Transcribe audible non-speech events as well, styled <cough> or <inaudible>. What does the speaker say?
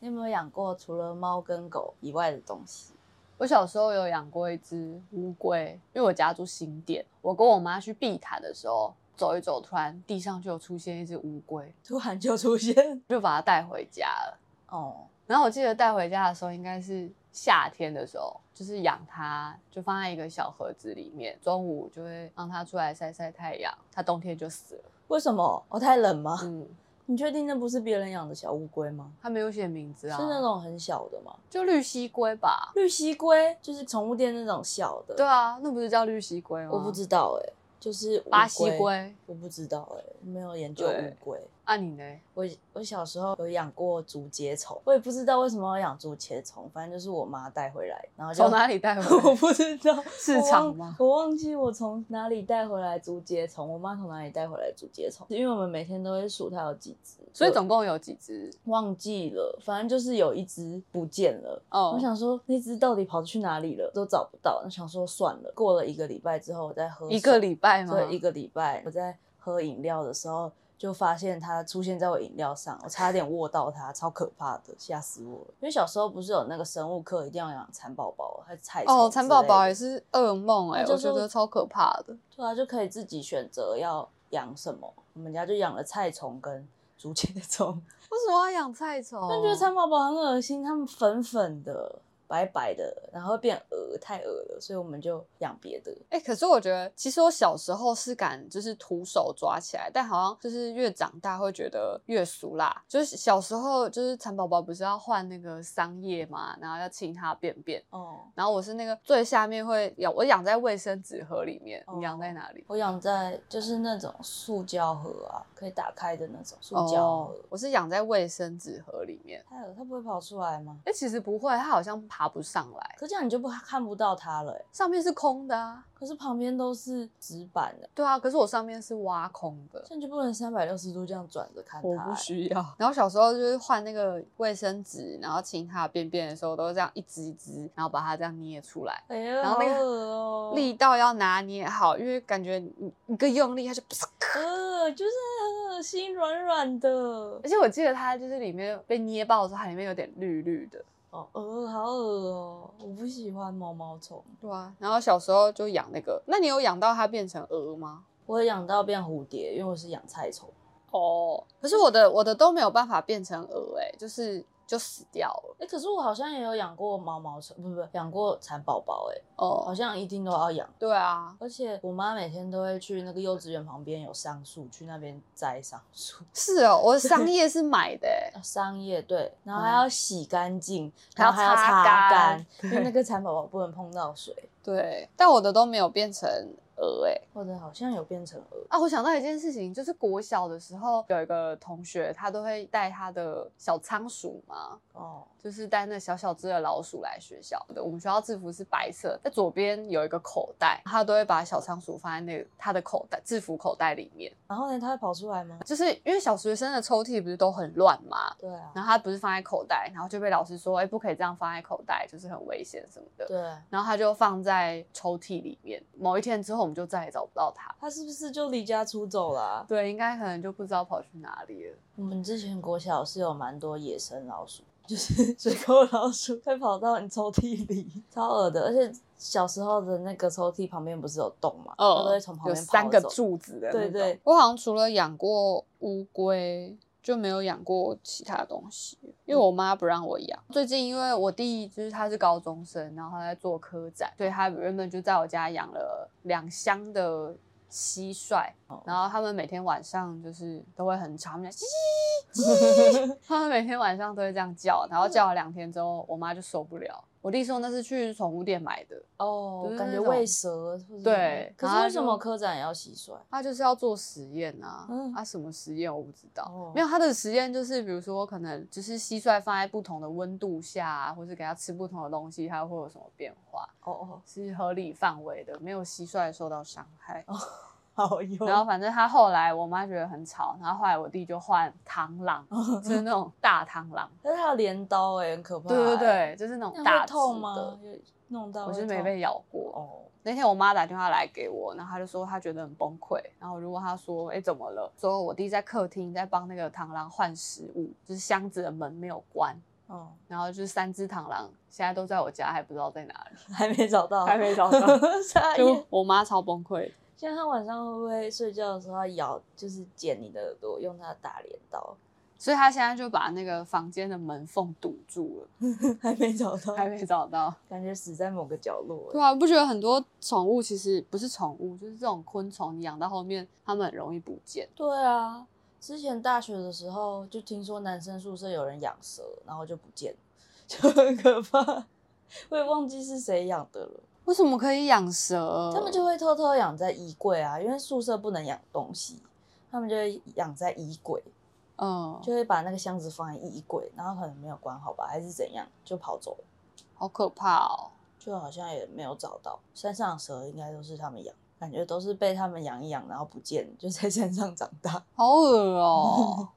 有养过除了猫跟狗以外的东西？我小时候有养过一只乌龟，因为我家住新店，我跟我妈去碧潭的时候走一走，突然地上就有出现一只乌龟，突然就出现 <laughs> 就把它带回家了。哦，然后我记得带回家的时候应该是夏天的时候，就是养它，就放在一个小盒子里面，中午就会让它出来晒晒太阳，它冬天就死了。为什么？我、太冷吗？嗯，你确定那不是别人养的小乌龟吗？它没有写名字啊，是那种很小的吗？就绿蜥龟吧？绿蜥龟就是宠物店那种小的。对啊，那不是叫绿蜥龟吗？我不知道哎、就是乌巴西龟。我不知道哎、我没有研究对乌龟。啊，你呢？我我小时候有养过竹节虫，我也不知道为什么要养竹节虫，反正就是我妈带回来，然后就从哪里带回 <laughs> 我来？不知道 <laughs> 市场吗我忘？我忘记我从哪里带回来竹节虫，我妈从哪里带回来竹节虫，因为我们每天都会数它有几只，所以我总共有几只？忘记了，反正就是有一只不见了。哦，我想说那只到底跑去哪里了，都找不到。那想说算了，过了一个礼拜之后，我再喝一水个礼拜吗？对，一个礼拜我在喝饮料的时候，就发现它出现在我饮料上，我差点握到它，超可怕的，吓死我了。因为小时候不是有那个生物课，一定要养蚕宝宝还是菜虫哦，之蚕宝类宝的也是噩梦哎、那就我是觉得超可怕的。对啊，就可以自己选择要养什么。我们家就养了菜虫跟竹节虫，为什么要养菜虫？但觉得蚕宝宝很恶心，它们粉粉的。白白的，然后会变鹅，太鹅了，所以我们就养别的。哎、可是我觉得，其实我小时候是敢就是徒手抓起来，但好像就是越长大会觉得越俗辣。就是小时候就是蚕宝宝不是要换那个桑叶嘛，然后要清它便便，哦，然后我是那个最下面会养，我养在卫生纸盒里面，哦你养在哪里？我养在就是那种塑胶盒啊，可以打开的那种塑胶盒。哦我是养在卫生纸盒里面。它有，它不会跑出来吗？哎、其实不会，它好像爬不上来，可这样你就不看不到它了、欸，上面是空的啊。可是旁边都是纸板的，对啊，可是我上面是挖空的。这样就不能三百六十度这样转着看它、 <laughs> 我不欸需要。然后小时候就是换那个卫生纸，然后清它的便便的时候，都是这样一只一只，然后把它这样捏出来，哎呀，然后那个好恶哦、力道要拿捏好，因为感觉你一个用力它就，呃，就是很恶心，软软的而，且我记得它就是里面被捏爆的时候，它里面有点绿绿的。哦，呃，好恶哦、我不喜欢毛毛虫，对啊，然后小时候就养那个，那你有养到它变成蛾吗？我养到变蝴蝶，因为我是养菜虫。哦，可是我的我的都没有办法变成蛾、欸，哎，就是就死掉了。哎、可是我好像也有养过毛毛虫，不不不，养过蚕宝宝，哎，好哦，像一定都要养。对啊，而且我妈每天都会去那个幼稚园旁边有桑树，去那边摘桑树、是哦，我的桑叶是买的、欸，啊桑叶，对，然后嗯还要洗干净，还然要后还要擦擦干干，因为那个蚕宝宝不能碰到水。对，但我的都没有变成蛾、欸，哎。我的好像有变成蛾，啊，我想到一件事情，就是国小的时候有一个同学，他都会带他的小仓鼠嘛，哦，就是带那小小只的老鼠来学校的。我们学校制服是白色，在左边有一个口袋，他都会把小仓鼠放在那个他的口袋制服口袋里面，然后呢，它会跑出来吗？就是因为小学生的抽屉不是都很乱嘛。对啊，然后他不是放在口袋，然后就被老师说，哎、不可以这样放在口袋，就是很危险什么的。对，然后他就放在抽屉里面。某一天之后，我们就再也找不到他。它是不是就离家出走啦、对，应该可能就不知道跑去哪里了。我们之前国小是有蛮多野生老鼠，就是 <laughs> 水沟老鼠会跑到你抽屉里，超恶的。而且小时候的那个抽屉旁边不是有洞嘛，它都会从旁哦有边三跑个走柱子的那对种对，我好像除了养过乌龟，就没有养过其他东西，因为嗯我妈不让我养。最近因为我弟就是他是高中生，然后他在做科展，所以他原本就在我家养了两箱的。蟋蟀，哦然后他们每天晚上就是都会很吵，他们讲叽 <laughs> 叽，他们每天晚上都会这样叫，然后叫了两天之后，我妈就受不了。我弟说那是去宠物店买的，哦就是，感那觉种喂蛇或者什么对可然是后为什么就科展也要蟋蟀？他就是要做实验啊，嗯啊什么实验我不知道，哦没有他的实验就是比如说可能就是蟋蟀放在不同的温度下、啊，或是给它吃不同的东西，它会有什么变化，哦 <laughs> 是合理范围的，没有蟋蟀受到伤害。哦，好用然后反正他后来我妈觉得很吵，然后后来我弟就换螳螂，哦就是那种大螳 <laughs> 螂，可是它有镰刀哎、很可怕、对对，对，就是那那种会大只痛吗的。？有弄到我会是没痛被咬过，哦，那天我妈打电话来给我，然后她就说她觉得很崩溃，然后我就问她说，哎、怎么了？说我弟在客厅在帮那个螳螂换食物，就是箱子的门没有关，哦，然后就是三只螳螂，现在都在我家，还不知道在哪 <laughs> 里，还没找到，还没 <laughs> 找到。傻眼就我妈超崩溃的，现在他晚上会不会睡觉的时候它咬，就是剪你的耳朵，用它的打镰刀？ <laughs> 所以她现在就把那个房间的门缝堵住还没找到了，，还没找到。感觉死在某个角落对。啊，不觉得很多宠物其实不是宠物，就是这种昆虫，你养到后面它们很容易不见。对啊，之前大学的时候就听说男生宿舍有人养蛇，然后就不见了， <laughs> 就很可怕。我也忘记是谁养的了，为什么可以养蛇？他们就会偷偷养在衣柜啊，因为宿舍不能养东西，他们就会养在衣柜，嗯，就会把那个箱子放在衣柜，然后可能没有关好吧，还是怎样就跑走了，好可怕哦。就好像也没有找到。山上的蛇应该都是他们养，感觉都是被他们养一养，然后不见，就在山上长大。 <laughs> 好恶哦、